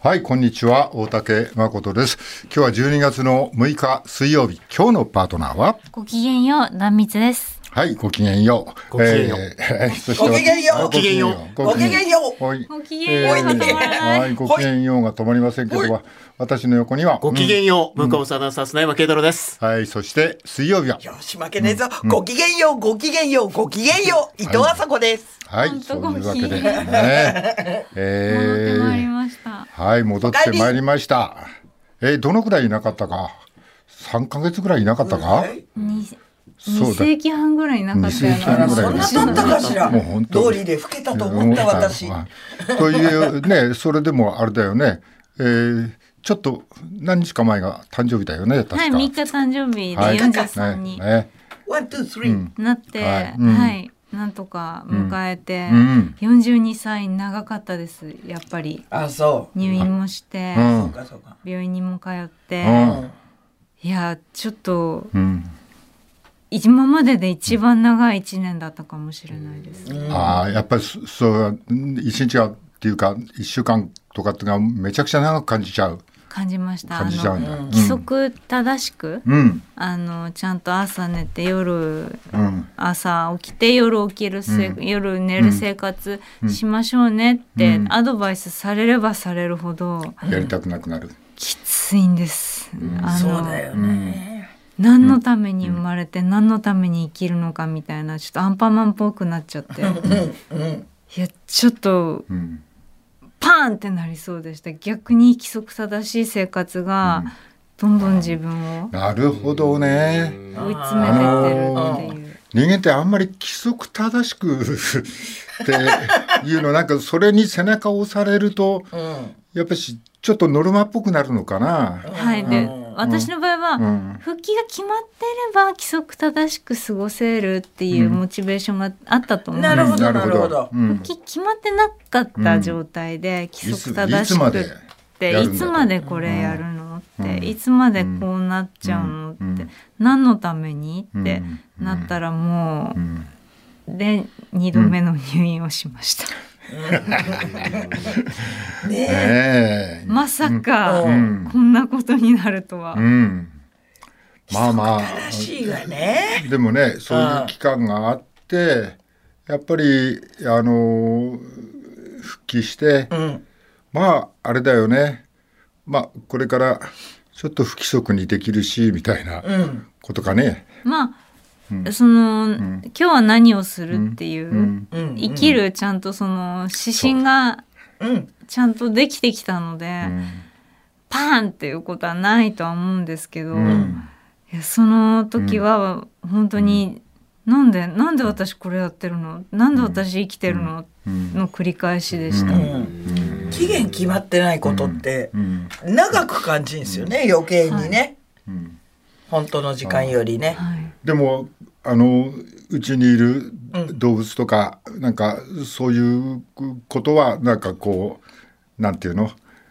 はい、こんにちは。大竹誠です。今日は12月の6日水曜日。今日のパートナーはごきげんよう、南光です。はい、ごきげんよ、う。ごきげんよう。えー、ごきげんよう。ごきげんよう。ごきげんよう。ごきげんよう。はいごきげんようが止まりませんけど私の横には。ごきげんよう。向こうさださすな山慶太郎です。はい、そして水曜日は。よし、負けねえぞ。ごきげんよう、ごきげんよう、ごきげんよう。伊藤麻子です。はい、そういうわけでね。えー、戻ってまいりました。はい、戻ってまいりました。えー、どのくらいいなかったか。3か月ぐらいいなかったか。二世紀半ぐらいなかったよな。、そんなだったかしら。もう本当。通りで老けたと思った私。というね、それでもあれだよね。えー、ちょっと何日か前が誕生日だよね。確かはい三日誕生日で四十三に。ワンツースリーなって、はい。なんとか迎えて、四十二歳長かったですやっぱり。。あ、そう入院もして、病院にも通って、いやちょっと。今までで一番長い一年だったかもしれないです、ね、ああ、やっぱりそう一日がっていうか一週間とかってがめちゃくちゃ長く感じちゃう。感じました。規則正しく、うん、あのちゃんと朝寝て夜、うん、朝起きて夜起きるせ、うん、夜寝る生活しましょうねってアドバイスされればされるほど、やりたくなくなる。きついんです。あのそうだよね。何のために生まれて何のために生きるのかみたいなちょっとアンパンマンっぽくなっちゃっていやちょっと、パーンってなりそうでした逆に規則正しい生活が、どんどん自分をなるほどね追い詰めてってるっていう。人間ってあんまり規則正しく っていうのなんかそれに背中を押されると、やっぱしちょっとノルマっぽくなるのかな。はい、で、私の場合は、復帰が決まってれば規則正しく過ごせるっていうモチベーションがあったと思うんです、なるほどなるほど。復帰決まってなかった状態で規則正しくっていつまでこれやるのっていつまでこうなっちゃうのって何のためにってなったらもうで2度目の入院をしました。ねまさか、こんなことになるとは。まあまあ。でもね、そういう期間があって、やっぱり、あの、復帰して、まあ、あれだよね。まあ、これから、ちょっと不規則にできるし、みたいなことかね。まあその、今日は何をするっていう、生きるちゃんとその指針がちゃんとできてきたので、パーンっていうことはないとは思うんですけど、いやその時は本当に、うなんでなんで私これやってるのなんで私生きてるの、の繰り返しでした。期限決まってないことって長く感じんですよね余計にね、本当の時間よりね。でもあのうちにいる動物とか、うん、なんかそういうことはなんかこうなんていうの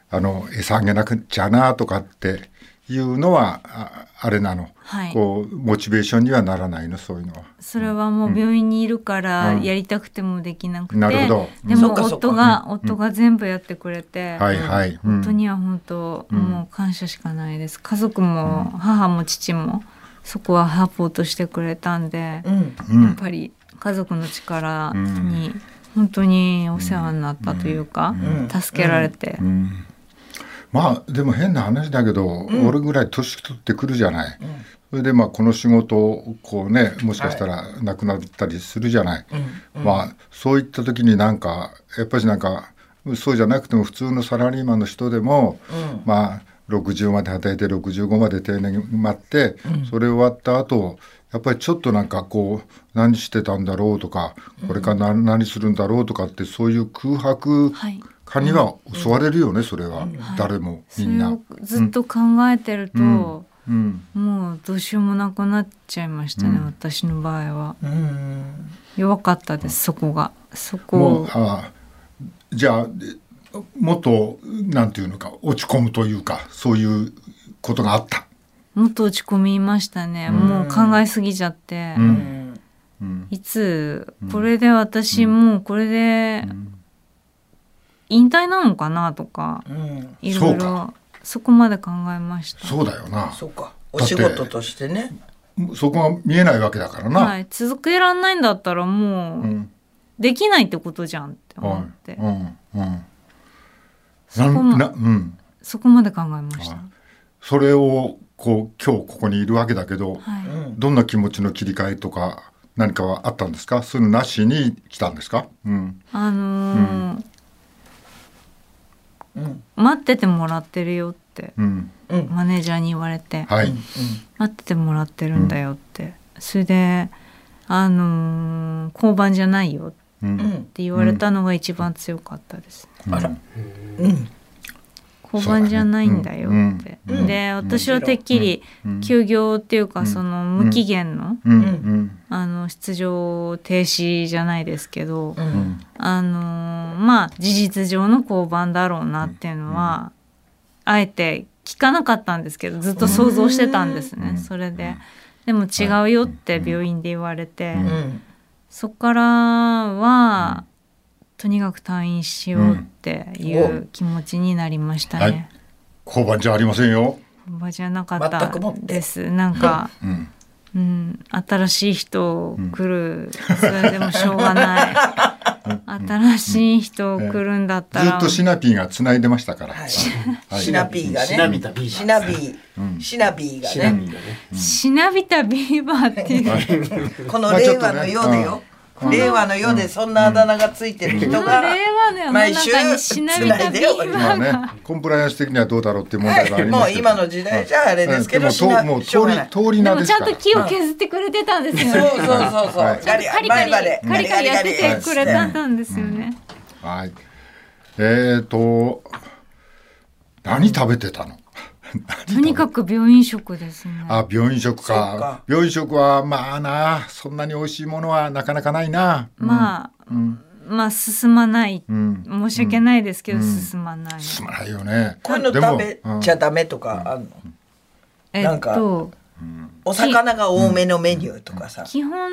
あの餌あげなくちゃなとかっていうのはああれなの、はい、こうモチベーションにはならないのそういうのは。それはもう病院にいるからやりたくてもできなくて、うん、なるほどでも夫が、うん、夫が全部やってくれて、はいはいうん、夫には本当、もう感謝しかないです家族も母も父も。そこはサポートしてくれたんで、うん、やっぱり家族の力に本当にお世話になったというか、うん、助けられて、うん、まあでも変な話だけど、俺ぐらい年取ってくるじゃない、それでまあこの仕事をこうねもしかしたらなくなったりするじゃない、はい、まあそういった時になんかやっぱりなんかそうじゃなくても普通のサラリーマンの人でも、まあ60まで働いて65まで定年に待って、それ終わった後やっぱりちょっとなんかこう何してたんだろうとかこれから何,、何するんだろうとかってそういう空白化には襲われるよね、それは、誰もみんな。ずっと考えてると、もうどうしようもなくなっちゃいましたね、私の場合は、弱かったですそこがそこあじゃもっとなんていうのか落ち込むというかそういうことがあったもっと落ち込みましたね、もう考えすぎちゃって、いつこれで私もうこれで引退なのかなとか、うん、いろいろそこまで考えましたそうだよなそうかお仕事としてねそこが見えないわけだからな、はい、続けられないんだったらもう、うん、できないってことじゃんって思って、うんうんそこまうん、そこまで考えました、それをこう今日ここにいるわけだけど、はい、どんな気持ちの切り替えとか何かはあったんですかそういうのなしに来たんですか、うん、あのーうん、待っててもらってるよって、うん、マネージャーに言われて、はい、待っててもらってるんだよって、それで、あのー、交番じゃないよって言われたのが一番強かったですね。あら、うん交番じゃないんだよって、ねうん、で私はてっきり休業っていうかその無期限の,うん、あの出場停止じゃないですけど、うん、あのまあ事実上の交番だろうなっていうのは、あえて聞かなかったんですけどずっと想像してたんですね、それで。でも違うよって病院で言われて、そっからは。とにかく退院しようっていう気持ちになりましたね。うんはい、交番じゃありませんよ。交番じゃなかったです。なんか、うん、うん、新しい人来る、それでもしょうがない。新しい人来るんだったら、ずっとシナピーが繋いでましたから。はいはい、シナピーがね。シナビタビーシナビー、うん、シナビーがね。。シナビタビーバーっていうこの令和のようだよ。令和の世でそんなあだ名がついてる人が毎週つないでおりまあねコンプライアンス的にはどうだろうっていう問題がありますけど、もう今の時代じゃあれですけど、はい、もう通り通りなんですからでもちゃんと木を削ってくれてたんですよね、そうそうそうそう、はい、カリカリカリカリやっててくれたんですよね、はい、えっ、と何食べてたのとにかく病院食ですね。あ、病院食か。病院食はまあな、そんなに美味しいものはなかなかないな。まあ、まあ進まない、申し訳ないですけど、進まない。進まないよね。こういうの食べちゃダメとかあるの？えっと、お魚が多めのメニューとかさ。基本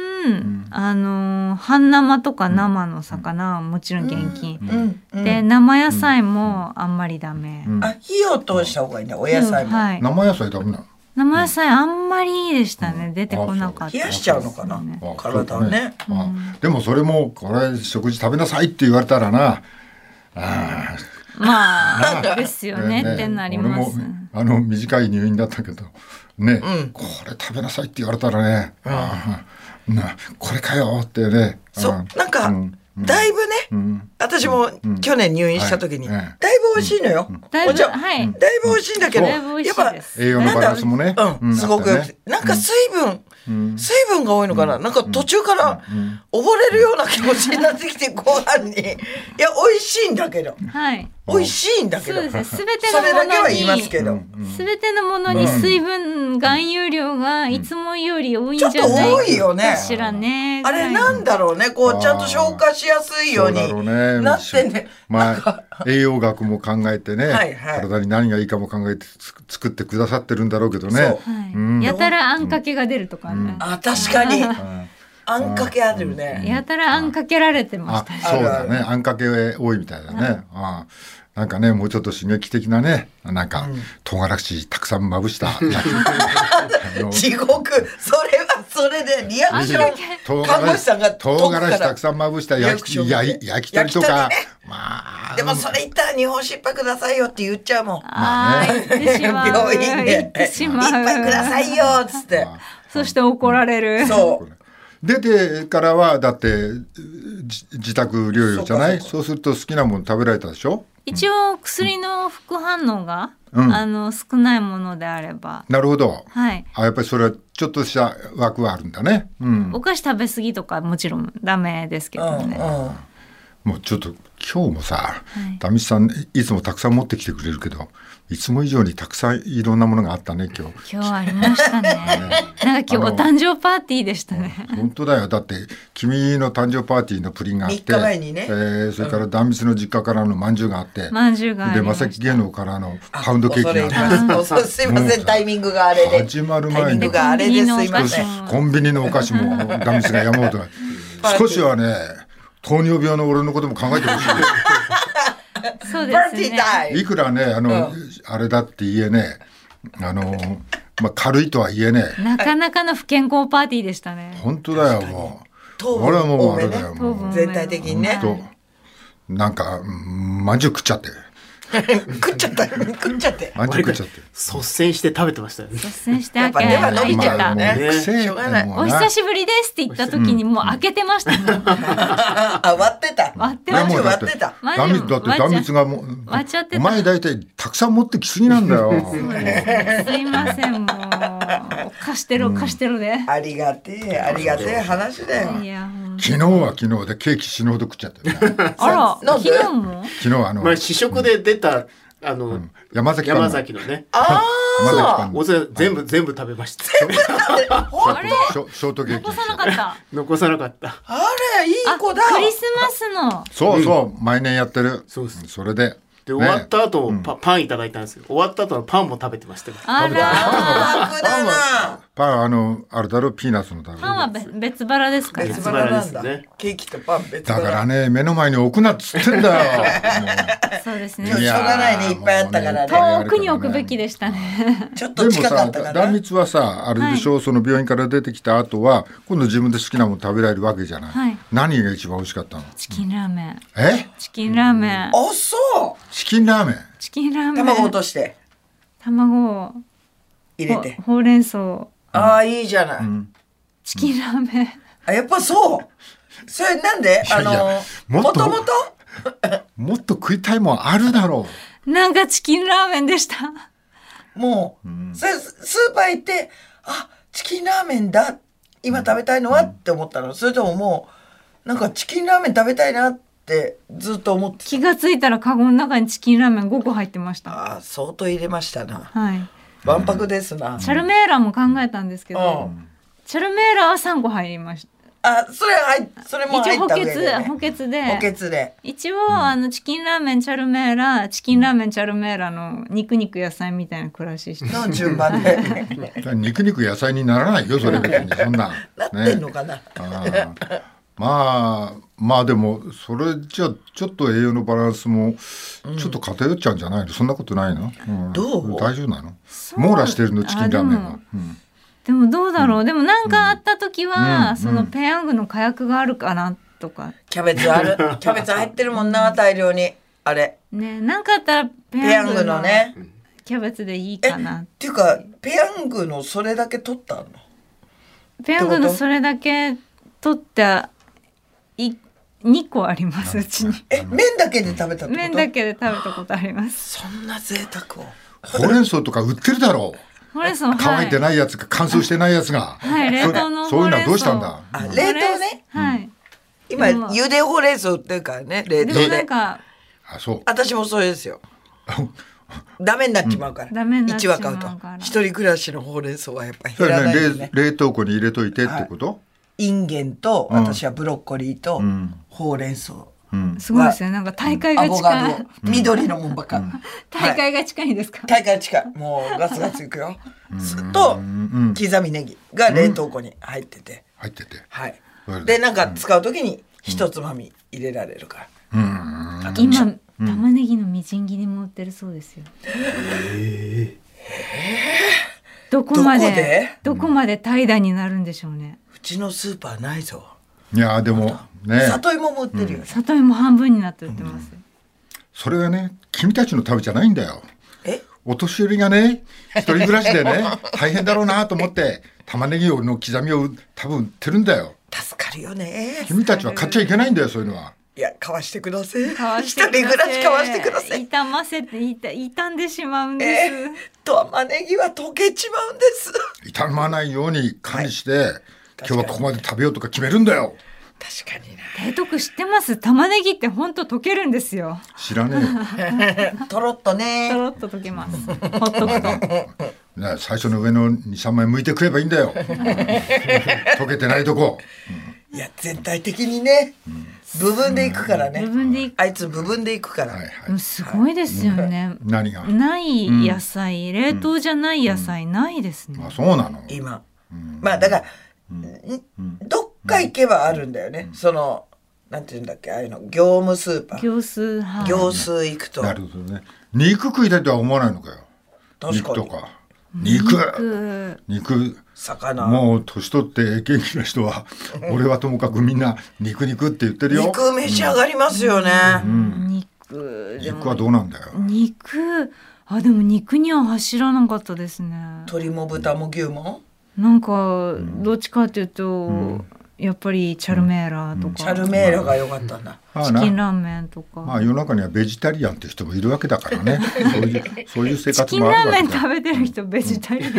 あの半生とか生の魚はもちろん厳禁。で生野菜もあんまりダメ。あ火を通した方がいいねお野菜も。生野菜ダメなの？生野菜あんまりでしたね、出てこなかった、冷やしちゃうのかな、体ねでもそれもこれ食事食べなさいって言われたらなあまあですよ ねってなりますあの短い入院だったけどね、これ食べなさいって言われたらね、うん、なこれかよってねそうなんか、だいぶね、私も去年入院した時に、だいぶ美味しいのよ。だいぶ、はい。だいぶ美味しいんだけど、やっぱ、栄養のバランスもね。うん、すごくなんか水分、水分が多いのかな。なんか途中から溺れるような気持ちになってきて、ご飯 に。いや、美味しいんだけど。はい。美味しいんだけど。そうですね。すべてのものに。それだけは言いますけど。すべてのものに水分、含有量がいつもより多いんじゃない多いよね。かしらね。あれなんだろうね。こう、ちゃんと消化しやすいようになってね。まあ、栄養学も考えてね、体に何がいいかも考えて作ってくださってるんだろうけどね。やたらあんかけが出るとかね。あ、確かに。あんかけあるね。やたらあんかけられてましたそうだね。あんかけ多いみたいだね。あなんかね、もうちょっと刺激的なね、なんか、唐辛子たくさんまぶ した。地獄、それはそれでリアクション。看護師さんが唐辛子たくさんまぶした焼き焼き鳥とか。ま あ。でもそれ言ったら日本酒一杯くださいよって言っちゃうもん。まあね。病院で。一杯くださいよっつって。そして怒られる。そう。出てからはだって自宅療養じゃないそうすると好きなもの食べられたでしょ一応薬の副反応が、うん、あの少ないものであればなるほど、はい、あやっぱりそれはちょっとした枠はあるんだね、うん、お菓子食べ過ぎとかもちろんダメですけどねもうちょっと今日もさ、ダミスさんいつもたくさん持ってきてくれるけど、いつも以上にたくさんいろんなものがあったね 今日。今日ありました ね。なんか今日お誕生パーティーでしたね。本当だよ。だって君の誕生パーティーのプリンがあって、 3日えー、それからダミスの実家からの饅頭があって、饅頭がでマセキ芸能からのパウンドケーキがあって、すいませんタイミングがあれで。始まる前にあれですいません。コンビニのお菓子もダミスが山ほど。少しはね。糖尿病の俺のことも考えてほしい。そうですね。いくらねあの、あれだって言えねあのまあ軽いとは言えねなかなかの不健康パーティーでしたね。本当だよもう。糖分多めね。全体的にね。なんかまんじゅう食っちゃって。食っちゃった食っちゃってまんじゅう食っちゃって率先して食べてましたよね率先して開けやっぱ伸びちゃったねお久しぶりですって言った時にもう開けてましたあ割ってた割ってました割ってただみだって断蜜がもう割っちゃってお前大体たくさん持ってきすぎなんだよすいませんもう貸してろ貸してろでありがてえありがてえ話だよ昨日は昨日でケーキ死ぬほど食っちゃって。あら、昨日も。昨日あの。まあ試食で出た、あの、山崎山崎のね。ああ。お全部、全部食べました。 あれショートケーキ。残さなかった。残さなかった。あれ、いい子だ。クリスマスの。そうそう、毎年やってる。そうです。それで。で、終わった後、パパンいただいたんですよ。終わった後のパンも食べてましたあら楽だな。パン、あの、あれだろう、ピーナッツのだろう。パンは別腹ですか別腹なんだ。ケーキとパン別だからね、目の前に置くなっつってん だよ。そうですね。しょうがないね、いっぱいあったからね。遠くに置くべきでしたね。ちょっと近かったから。断蜜はさ、あれでしょう、その病院から出てきた後は、今度自分で好きなもの食べられるわけじゃない。何が一番美味しかったのチキンラーメン。えチキンラーメン。あ、そうチキンラーメン。チキンラーメン。卵落として。卵を。入れてほうれん草ああいいじゃない、うん、チキンラーメンあやっぱそうそれなんであのもともともっと食いたいもんあるだろうなんかチキンラーメンでしたもう、うん、それスーパー行ってあチキンラーメンだ今食べたいのは、うん、って思ったのそれとももうなんかチキンラーメン食べたいなってずっと思って気が付いたらカゴの中にチキンラーメン5個入ってましたあ相当入れましたなはいわんぱくですな。チャルメーラも考えたんですけど、チャルメーラは三個入りました。あ、それはいそれも一応補欠補欠で。補欠で。一応あのチキンラーメンチャルメーラ、チキンラーメンチャルメーラの肉肉野菜みたいな暮らしして。の順番で。肉肉野菜にならないよそれ別にそん な。なってんのかな。まあまあでもそれじゃちょっと栄養のバランスもちょっと偏っちゃうんじゃないの、そんなことないの、どう大丈夫なの網羅してるのチキンラーメンは。でもどうだろう、でも何かあった時は、そのペヤングの火薬があるかなとか、キャベツあ るキャベツ入ってるもんな大量にあれね何かあったらペヤングのねキャベツでいいかなっていうかペヤングのそれだけ取ったのペヤングのそれだけ取ってい2個ありますうちにえ麺だけで食べた麺だけで食べたことありますそんな贅沢をほうれん草とか売ってるだろうほうれん草乾いてないやつか乾燥してないやつがはい冷凍のそういうのはどうしたんだ冷凍ねはい今茹でほうれん草売ってるからね冷凍でなんかあそう私もそれですよダメになっちまうから、一話買うと一人暮らしのほうれん草はやっぱ減らないよね冷凍庫に入れといてってこと、インゲンと私はブロッコリーとほうれん草、すごいですねなんか大会が近い緑のもんばか、大会が近いですか、大会近いもうガツガツいくよと刻みネギが冷凍庫に入ってて、入っててはいでなんか使う時にひとつまみ入れられるから今玉ねぎのみじん切りも売ってるそうですよへえどこまでどこまで怠惰になるんでしょうね、うちのスーパーないぞいやでもね里芋も売ってるよ、里芋半分になって売ってます、それはね君たちの旅じゃないんだよえお年寄りがね一人暮らしでね大変だろうなと思って玉ねぎの刻みを多分売ってるんだよ助かるよね君たちは買っちゃいけないんだよそういうのはいや、かわしてください。一人暮らしかわしてください。傷ませて、いた、傷んでしまうんです。えー、玉ねぎは溶けちまうんです。傷まないように管理して、はい、今日はここまで食べようとか決めるんだよ。確かにな。提督知ってます。玉ねぎって本当溶けるんですよ。知ら ねえ。とろっとね。とろっと溶けます。 ほっとくと。ね、最初の上の二三枚剥いて食えばいいんだ よ。溶けてないとこ。いや全体的にね、部分でいくからね。部分であいつ部分でいくから。すごいですよね。何が？ない野菜、冷凍じゃない野菜ないですね。あそうなの。今、まあだから、どっか行けばあるんだよね。その。なんていうんだっけああいうの業務スーパー業数はい業数行くと、なるほどね肉食いたいとは思わないのかよ確か肉とにか肉肉魚もう年取って元気な人は俺はともかくみんな肉肉って言ってるよ肉召し上がりますよね、肉でも肉はどうなんだよ肉あでも肉には走らなかったですね鶏も豚も牛もなんかどっちかっていうと、やっぱりチャルメーラとか、チャルメーラが良かったんだ、まあチなキンラーメンとか、まあ世の中にはベジタリアンって人もいるわけだからねそう いうそういう生チ活キンもラあーるわメけンだ食べてる人ベジタリアン、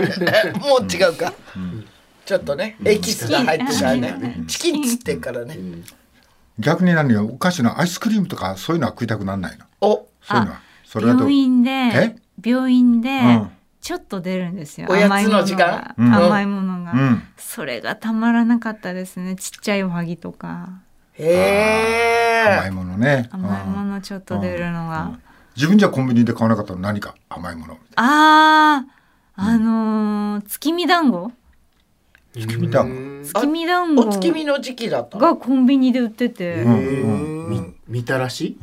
もう違うか、ちょっとねエキスが入ってたねチキンつってっからね、逆に何よお菓子のアイスクリームとかそういうのは食いたくなんないのおそういうのはそれはどう病院でえ病院でんちょっと出るんですよ、おや甘いつもののが時間甘いものが、うんそれがたまらなかったですねちっちゃいおはぎとかへえ甘いものね甘いものちょっと出るのが、自分じゃコンビニで買わなかったの何か甘いものあーあのー月見団子月見たの月見団子お月見の時期だったがコンビニで売ってて、うんみみたらし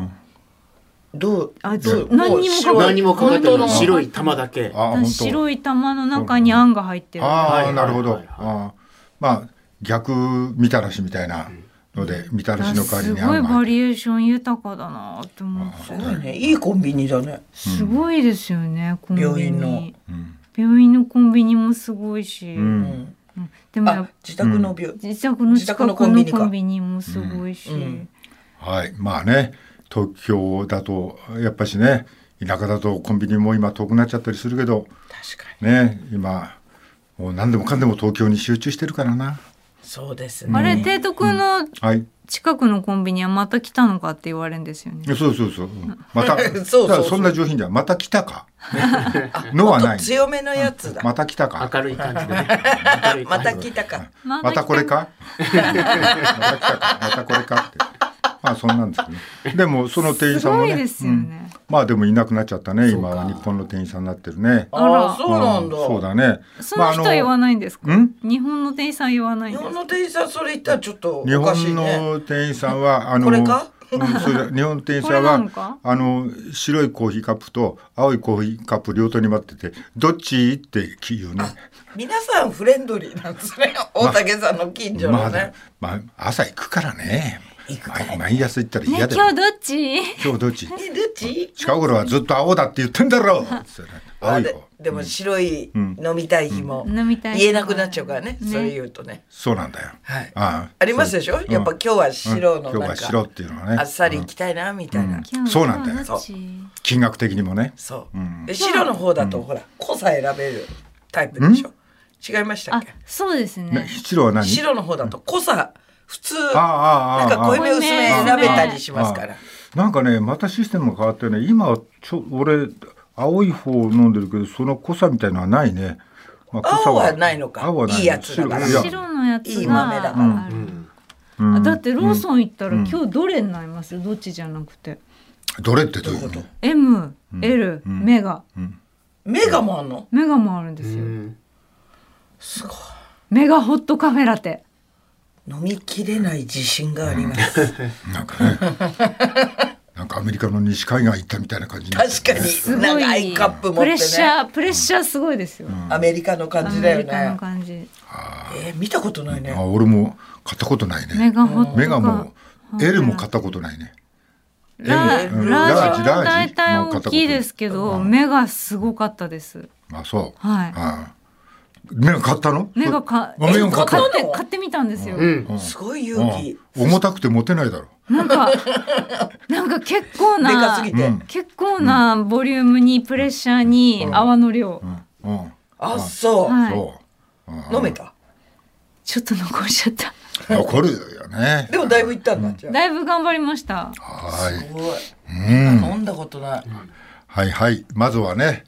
どうあどうず何にもか白何にもかかってない本当の白い玉だけあ本当白い玉の中にあんが入ってるあはあいなるほどはいはいあーまあ逆みたらしみたいなのでみたらしの代わりすにあごいんバがリエーション豊かだなって思ってすごいねいいコンビニだねすごいですよね、コンビニ病院のん病院のコンビニもすごいし、うんでもやっあ自宅の病自宅の近くの自宅のココンンビニかビニもすごいし、はいまあね東京だとやっぱしね田舎だとコンビニも今遠くなっちゃったりするけど確かにね今もう何でもかんでも東京に集中してるからなそうですあれね提督のはい近くのコンビニはまた来たのかって言われるんですよね、そうそうそううんまたそうそうそうだからそんな上品じゃまた来たかのはない強めのやつだまた来たか明るい感じでね明るいま感たじ来たかままた来たたこれかまた来たかまたこれかってまあそんなんですけどねでもその店員すさんもごいねですよね、まあでもいなくなっちゃったね今は日本の店員さんになってるねあらああそうなんだそうだねその人は言わないんですか、まああのん日本の店員さんは言わないん日です本かの店員さんそれ言ったらちょっとお日かしい本ねの店員さんはあのこれかうんそれだ日本の店員さんこれなのはかあの白いコーヒーカップと青いコーヒーカップ両手に待っててどっちって言うね皆さんフレンドリーなんです ね大竹さんの近所まのあねだ、まあ、朝行くからね行く毎毎朝行ったらね嫌だ今よ日どっち今日どっちえどっち近頃はずっと青だって言ってんだろうつってね青あいでよでも白い飲みたい日もうん飲みたい日言えなくなっちゃうからねねそれ言うとねそうなんだよはいああありますでしょそうやっぱ今日は白のうん今な日んは白っかていうのはねあっさり行きたいなみたいな今日そうなんだよ今日どっち金額的にもねそうで白の方だとほら濃さ選べるタイプでしょ違いましたっあけそうですねね白は何白の方だと濃さ普通ああなああああんか濃いめ薄め選べたりしますからあなんかねまたシステムが変わってね今ちょ俺青い方を飲んでるけどその濃さみたいのはないね、まあ濃さ青はないのか青はないいやつだから白いや白のやつがいい豆だからあるあだってローソン行ったら、今日どれになりますよどっちじゃなくてどれってどういうこと ML、L メガ目がもあんのメガもあるんですよ、うんすごいメガホットカフェラテ飲みきれない自信がありますなんかねなんかアメリカの西海岸行ったみたいな感じになってる確かすにごい長いカップ持プっレてッシねャープレッシャーすごいですよ、アメリカの感アじだメよリカのね感じえー見たことないねあ俺も買ったことないメねガホットメガもうん L も買ったことないねララ M うんージラーはジ大体もう大片言きいですけど目がすごかったですあそうはいああメガ買ったの目がかあメガ買った買のっ、て買ってみたんですよ、すごいうん勇気重たくて持てないだろなんかなんか結構でかなすぎて結構なボリュームにプレッシャーに泡の量、うんあそうはいそううん飲めたちょっと残しちゃった残るよねでもだいぶいったんだじゃあだいぶ頑張りましたはいすごい飲んだことないはいはいまずはね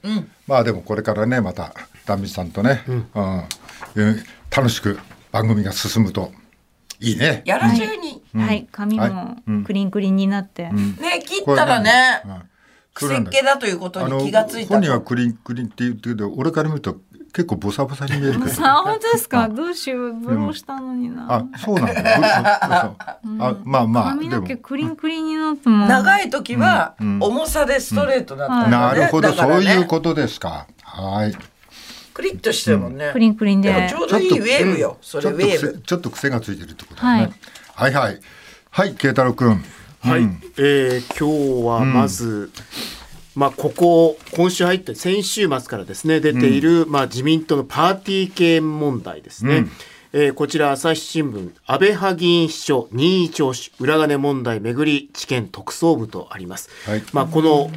まあでもこれからねまた壇蜜さんとねうんえ楽しく番組が進むといいねやら中にはい髪もはクリンクリンになって、ね切ったらねうんそれな癖っんだ気だということあにの気がついた本人はクリンクリンって言ってるけど俺から見ると結構ボサボサに見えるけど。さあ本当ですか。どうしようブローしたのにな。あそうなんだ。あまあまあ髪の毛クリンクリンになっても長い時は重さでストレートだったなるほどそういうことですか。はい。クリッとしてるもんね。クリンクリンで。ちょうどいいウェーブよ。それウェーブ。ちょっと癖がついてるってことだね。はいはいはい慶太郎君。はい、え今日はまず。まあ、ここ、今週入って、先週末からですね、出ている、まあ、自民党のパーティー系問題ですね。うん、えー、こちら、朝日新聞、安倍派議員秘書任意聴取、裏金問題めぐり、地検特捜部とあります。はい、まあ、この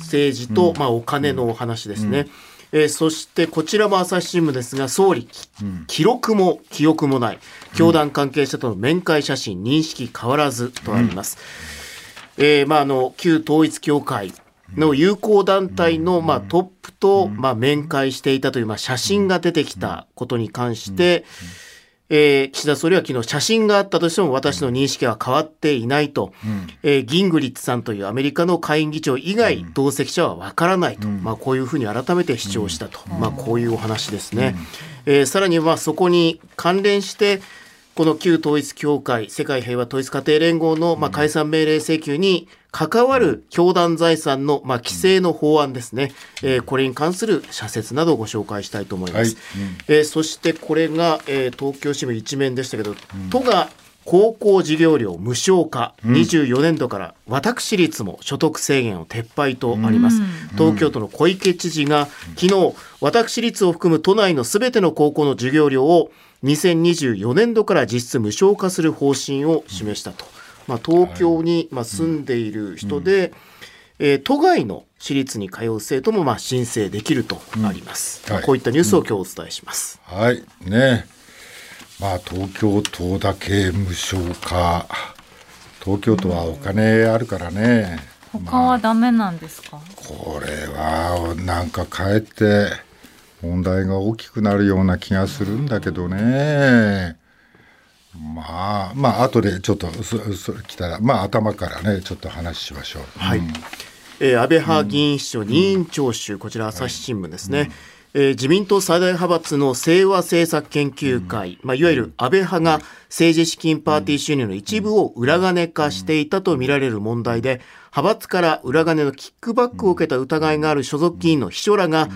政治と、まあ、お金のお話ですね。うんうん、えー、そしてこちらも朝日新聞ですが総理、記録も記憶もない教団関係者との面会写真認識変わらずとあります、えー、まあ、あの旧統一教会の友好団体のまあトップとまあ面会していたというまあ写真が出てきたことに関して、えー、岸田総理は昨日写真があったとしても私の認識は変わっていないと、えー、ギングリッツさんというアメリカの下院議長以外同席者は分からないと、まあ、こういうふうに改めて主張したと、まあ、こういうお話ですね。えー、さらにはそこに関連してこの旧統一教会、世界平和統一家庭連合の、まあ、解散命令請求に関わる教団財産の、まあ、規制の法案ですね、えー、これに関する社説などをご紹介したいと思います。はいうん、えー、そしてこれが、えー、東京新聞一面でしたけど、うん、都が高校授業料無償化、24年度から私立も所得制限を撤廃とあります、東京都の小池知事が昨日私立を含む都内のすべての高校の授業料を2024年度から実質無償化する方針を示したと、まあ、東京にまあ住んでいる人で、えー、都外の私立に通う生徒もまあ申請できるとあります、うんはい、こういったニュースを今日お伝えします。うん、はいねまあ、東京都だけ無償化東京都はお金あるからね、うん、他はダメなんですか、まあ、これはなんかかえって問題が大きくなるような気がするんだけどねまあまあ後でちょっとそそれ来たらまあ頭からねちょっと話しましょう。はい、うん、えー、安倍派議員秘書任意聴取、こちら朝日新聞ですね。はいうんえー、自民党最大派閥の清和政策研究会、まあ、いわゆる安倍派が政治資金パーティー収入の一部を裏金化していたとみられる問題で、派閥から裏金のキックバックを受けた疑いがある所属議員の秘書らが、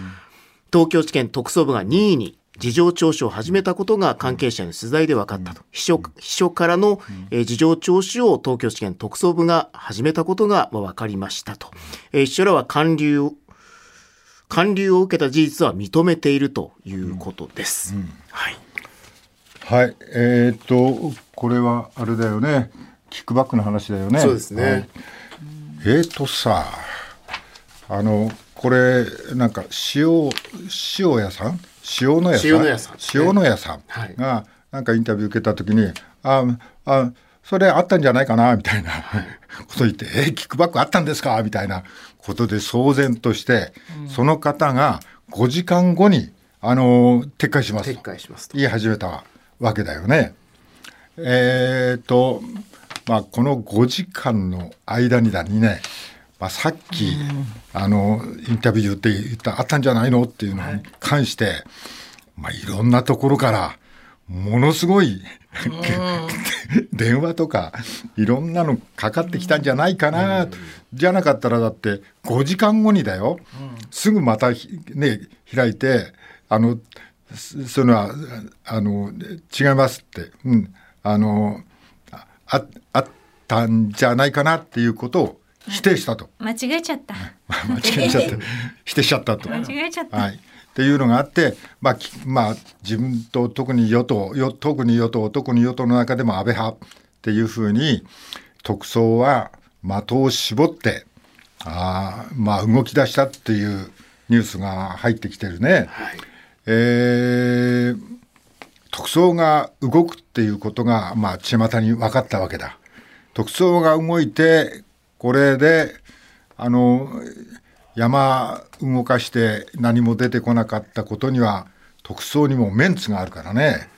東京地検特捜部が任意に事情聴取を始めたことが関係者への取材で分かったと。秘書秘書からの、えー、事情聴取を東京地検特捜部が始めたことが、まあ、分かりましたと。えー、秘書らは官流還流を受けた事実は認めているということです。うんうん、はい。はい、えっ、ー、とこれはあれだよね。キックバックの話だよね。そうですね。はい、えっ、ー、とさ、あのこれなんか塩塩屋さん、塩の屋さん、塩の屋さん、はい、がなんかインタビュー受けたときに、ああ。それあったんじゃないかなみたいなこと言って、えー、キックバックあったんですかみたいなことで騒然として、うん、その方が5時間後に、あのー、撤回します撤回します言い始めたわけだよね。えーと、まあ、この5時間の間にだにね、まあ、さっき、うん、あのインタビューで言ったあったんじゃないのっていうのに関して、はい、まあ、いろんなところからものすごい電話とかいろんなのかかってきたんじゃないかな、うん、じゃなかったらだって5時間後にだよ、うん、すぐまたね開いてあのそのはあの違いますって、うん、あのああったんじゃないかなっていうことを否定した と。間違えちゃった。間違えちゃった。否定しちゃったと。間違えちゃった。はい。っていうのがあって、まあ、まあ、自民党、特に与党、よ特に与党、特に与党の中でも安倍派っていうふうに、特捜は的を絞って、あまあ、動き出したっていうニュースが入ってきてるね。はい、えー、特捜が動くっていうことが、まあ、巷に分かったわけだ。特捜が動いて、これで、あの、山動かして何も出てこなかったことには特捜にもメンツがあるからね、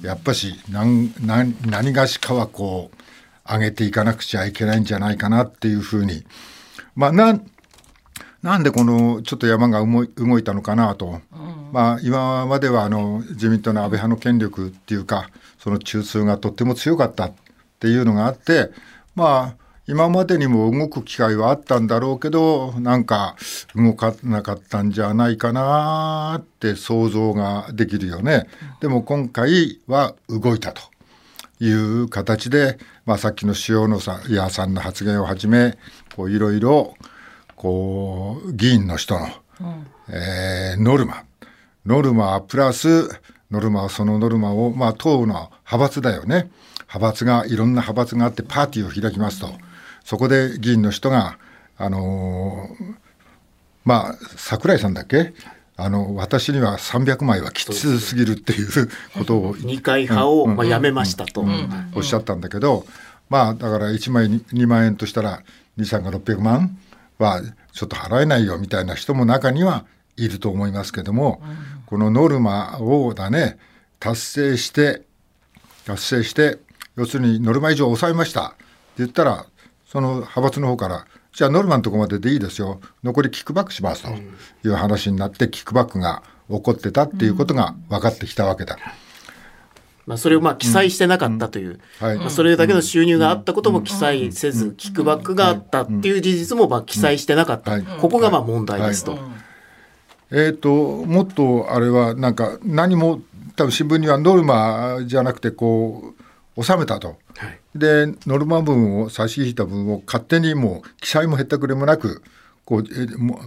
うん、やっぱし何何何がしかはこう上げていかなくちゃいけないんじゃないかなっていうふうにまあなんなんでこのちょっと山が動いたのかなと、うん、まあ、今まではあの自民党の安倍派の権力っていうかその中枢がとっても強かったっていうのがあってまあ今までにも動く機会はあったんだろうけどなんか動かなかったんじゃないかなって想像ができるよね。でも今回は動いたという形で、まあ、さっきの塩野さん矢さんの発言をはじめいろいろこう議員の人の、うん、えー、ノルマノルマプラスノルマはそのノルマを、まあ、党の派閥だよね派閥がいろんな派閥があってパーティーを開きますと。そこで議員の人が、あのー、まあ、桜井さんだっけあの私には300枚はきつすぎるっていうことを二階派を、まあ、やめましたと、おっしゃったんだけど、まあ、だから1枚2万円としたら2さんが600万はちょっと払えないよみたいな人も中にはいると思いますけども、このノルマをだね達成して達成して要するにノルマ以上抑えましたって言ったらその派閥の方から、じゃあノルマのとこまででいいですよ、残りキックバックしますという話になって、キックバックが起こってたっていうことが分かってきたわけだ。うん、まあ、それをまあ記載してなかったという、うんはいまあ、それだけの収入があったことも記載せず、キックバックがあったっていう事実もまあ記載してなかった、ここがまあ問題ですと。はいはい、えーと、ともっとあれは、なんか何も、多分新聞にはノルマじゃなくて、こう、収めたと。でノルマ分を差し引いた分を勝手にもう記載もへったくれもなくこうえも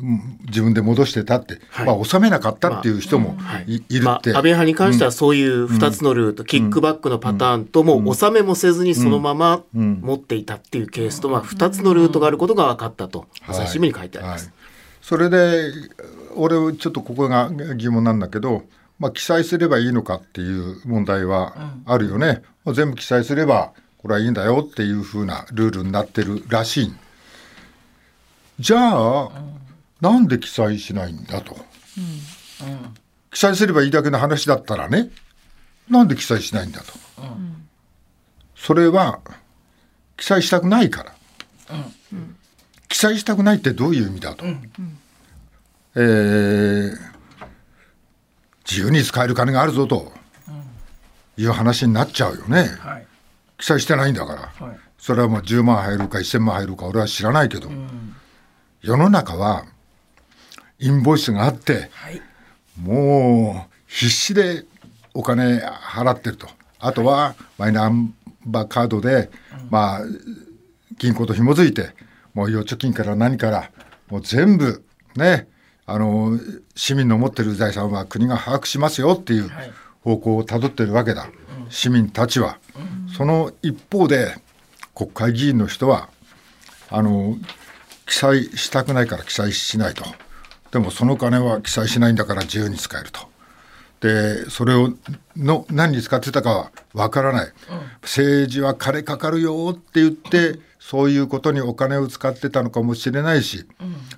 自分で戻してたって、はい、まあ納めなかったっていう人もい,まあ、いるって、まあ、安倍派に関してはそういう2つのルート、うん、キックバックのパターンとも納めもせずにそのまま持っていたっていうケースと、まあ、2つのルートがあることが分かったと朝日新聞に書いてあります。はいはい、それで俺ちょっとここが疑問なんだけど、まあ、記載すればいいのかっていう問題はあるよね。うん、全部記載すればこれはいいんだよっていうふうなルールになってるらしいじゃあ、なんで記載しないんだと、うんうん、記載すればいいだけの話だったらねなんで記載しないんだと、うん、それは記載したくないから、記載したくないってどういう意味だと、えー、自由に使える金があるぞという話になっちゃうよね。はい記載してないんだから、はい、それはもう10万入るか1,000万入るか俺は知らないけど、うん、世の中はインボイスがあって、はい、もう必死でお金払ってるとあとはマイナンバーカードで、はい、まあ銀行と紐づいてもう預貯金から何からもう全部ねあの市民の持ってる財産は国が把握しますよっていう方向をたどってるわけだ、うん、市民たちは。その一方で国会議員の人はあの記載したくないから記載しないとでもその金は記載しないんだから自由に使えるとでそれをの何に使ってたかはわからない、政治は金かかるよって言ってそういうことにお金を使ってたのかもしれないし、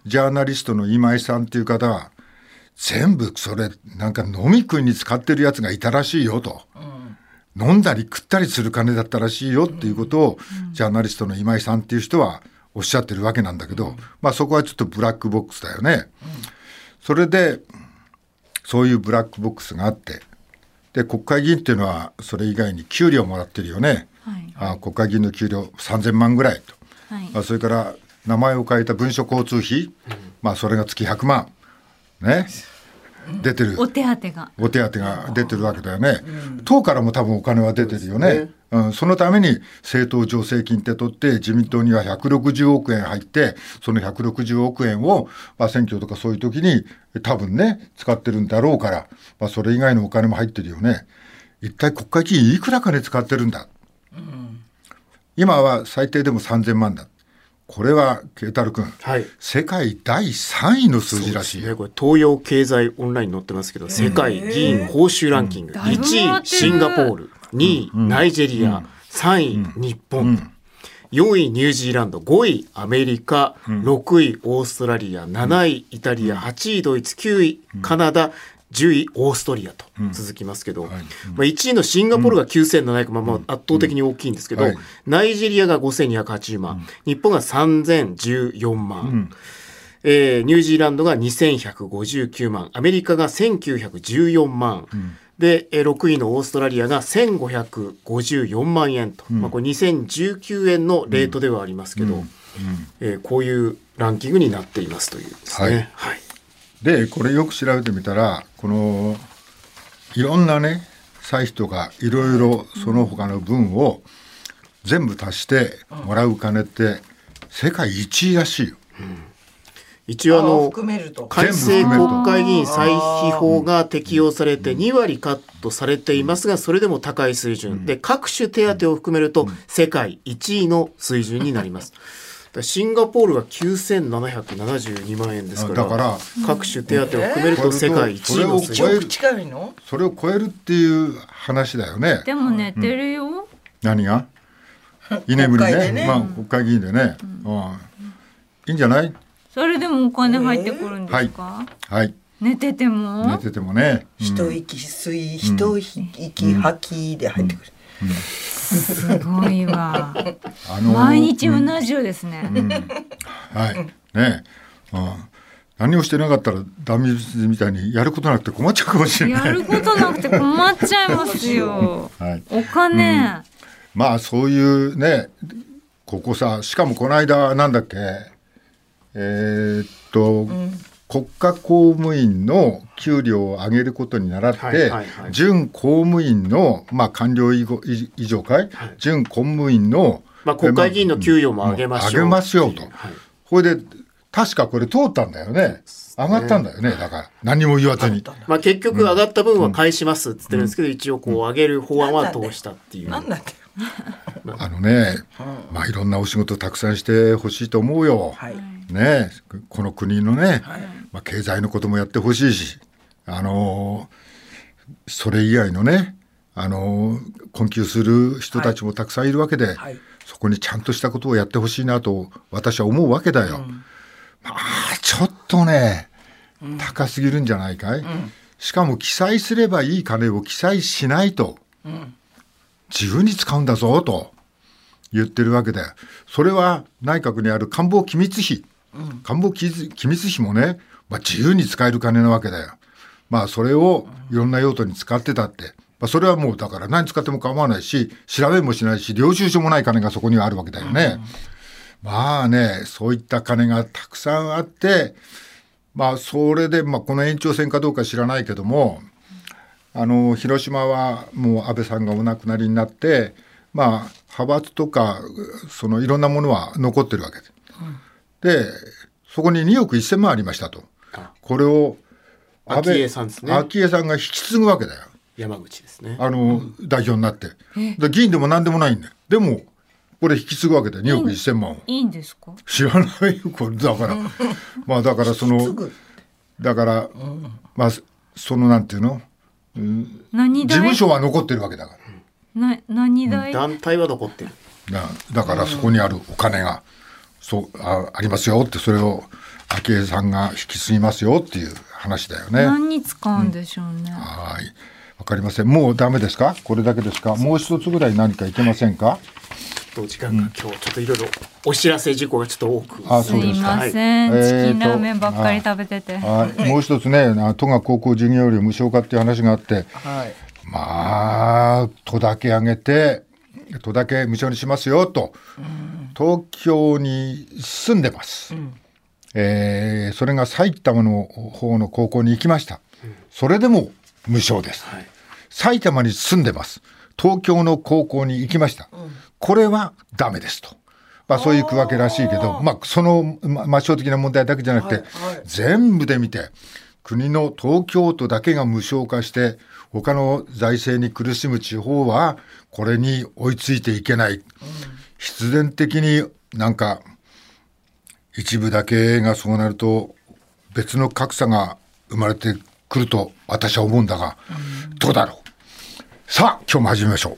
ジャーナリストの今井さんっていう方は全部それなんか飲み食いに使ってるやつがいたらしいよと。飲んだり食ったりする金だったらしいよっていうことを、ジャーナリストの今井さんっていう人はおっしゃってるわけなんだけど、まあそこはちょっとブラックボックスだよね。それで、そういうブラックボックスがあって、で、国会議員っていうのはそれ以外に給料もらってるよね。はい、あ国会議員の給料3000万ぐらいと。はい、それから名前を変えた文書交通費、まあそれが月100万。ね。出てるお手当がお手当が出てるわけだよね、うん、党からも多分お金は出てるよね、ね、うん、そのために政党助成金って取って自民党には160億円入ってその160億円を、まあ、選挙とかそういう時に多分ね使ってるんだろうから、まあ、それ以外のお金も入ってるよね一体国会議員いくら金使ってるんだ、うん、今は最低でも3000万だこれは慶太郎君、はい、世界第3位の数字らしい、ね、これ東洋経済オンラインに載ってますけど、世界議員報酬ランキング、1位シンガポール2位、ナイジェリア、う3位、日本、う4位ニュージーランド5位アメリカ、う6位オーストラリア7位イタリア8位ドイツ9位カナダ10位オーストリアと続きますけど、うんはいうん、まあ、1位のシンガポールが9700万、まあ、圧倒的に大きいんですけど、うんはい、ナイジェリアが5280万、日本が3014万、えー、ニュージーランドが2159万、アメリカが1914万、うん、で、6位のオーストラリアが1554万円と、うん、まあ、これ2019円のレートではありますけど、うん、えー、こういうランキングになっていますというですね。はい、はい、で、これよく調べてみたら、このいろんなね、歳費とかいろいろその他の分を全部足してもらう金って世界1位らしいよ。一応あの改正国会議員歳費法が適用されて2割カットされていますがそれでも高い水準で各種手当を含めると世界1位の水準になります。シンガポールが9772万円ですから各種手当を含めると世界1位の水準、えー、それを超えるっていう話だよねでも寝てるよ、うん、何が居眠りね、ね、まあ、国会議員でね、うん、いいんじゃないそれでもお金入ってくるんですか、えー、はい、はい、寝てても寝ててもね、うん、一息吸い一息吐きで入ってくる、うん、すごいわ。あのー、毎日うな重ですね。うんうん、。はい。ね。あ何をしてなかったらダミーみたいにやることなくて困っちゃうかもしれないやることなくて困っちゃいますよ。はい、お金、まあそういうね、ここさ、しかもこの間なんだっけ、えー、っと。国家公務員の給料を上げることに倣って、はいはいはい、準公務員の、まあ、官僚以上かい、はい、準公務員の、まあ、国会議員の給与も上げましょう。上げましょうと。はい、これで確かこれ通ったんだよね。上がったんだよね、だから何も言わずに。まあ、結局上がった分は返しますっつってるんですけど、うん、一応こう上げる法案は通したっていう。なんだっけあのね、まあ、いろんなお仕事たくさんしてほしいと思うよ。はい、ねこの国のね、はい、まあ、経済のこともやってほしいし、あのー、それ以外のね、あのー、困窮する人たちもたくさんいるわけで、はい、そこにちゃんとしたことをやってほしいなと私は思うわけだよ。うん、まあちょっとね、うん、高すぎるんじゃないかい、うん、しかも記載すればいい金を記載しないと。自由に使うんだぞと言ってるわけでそれは内閣にある官房機密費、うん、官房機密費もね、まあ、自由に使える金なわけだよ。まあそれをいろんな用途に使ってたって、まあ、それはもうだから何使っても構わないし調べもしないし領収書もない金がそこにはあるわけだよね。うん、まあねそういった金がたくさんあってまあそれで、まあ、この延長線かどうか知らないけどもあの広島はもう安倍さんがお亡くなりになってまあ派閥とかそのいろんなものは残ってるわけで,うん、でそこに2億1,000万ありましたとこれを安倍昭恵、ね、さんが引き継ぐわけだよ山口ですねあの、うん、代表になってで議員でも何でもないんだよでもこれ引き継ぐわけだよ2億1,000万をいいんですか。知らないよこれだからまあだからそのだから、うん、まあそのなんていうのうん、事務所は残ってるわけだからな何代、うん、団体は残ってるだだからそこにあるお金が、そうあありますよってそれを昭恵さんが引き継ぎますよっていう話だよね。何に使うんでしょうね。うん、はいわかりませんもうダメですかこれだけですかもう一つぐらい何かいけませんかと時間が今日ちょっといろいろお知らせ事項がちょっと多く、うん、あそうですません、はい、チキンラーメンばっかり食べてて、えー、もう一つね都が高校授業料無償化っていう話があって、はい、まあ都だけ上げて都だけ無償にしますよと、うん、東京に住んでます、うん、えー、それが埼玉の方の高校に行きました、うん、それでも無償です、はい、埼玉に住んでます東京の高校に行きました、これはダメですと。まあそういう区分けらしいけど、まあその、ま、抹消的な問題だけじゃなくて、はいはい、全部で見て、国の東京都だけが無償化して、他の財政に苦しむ地方は、これに追いついていけない。うん、必然的になんか、一部だけがそうなると、別の格差が生まれてくると私は思うんだが、うん、どうだろう。さあ、今日も始めましょう。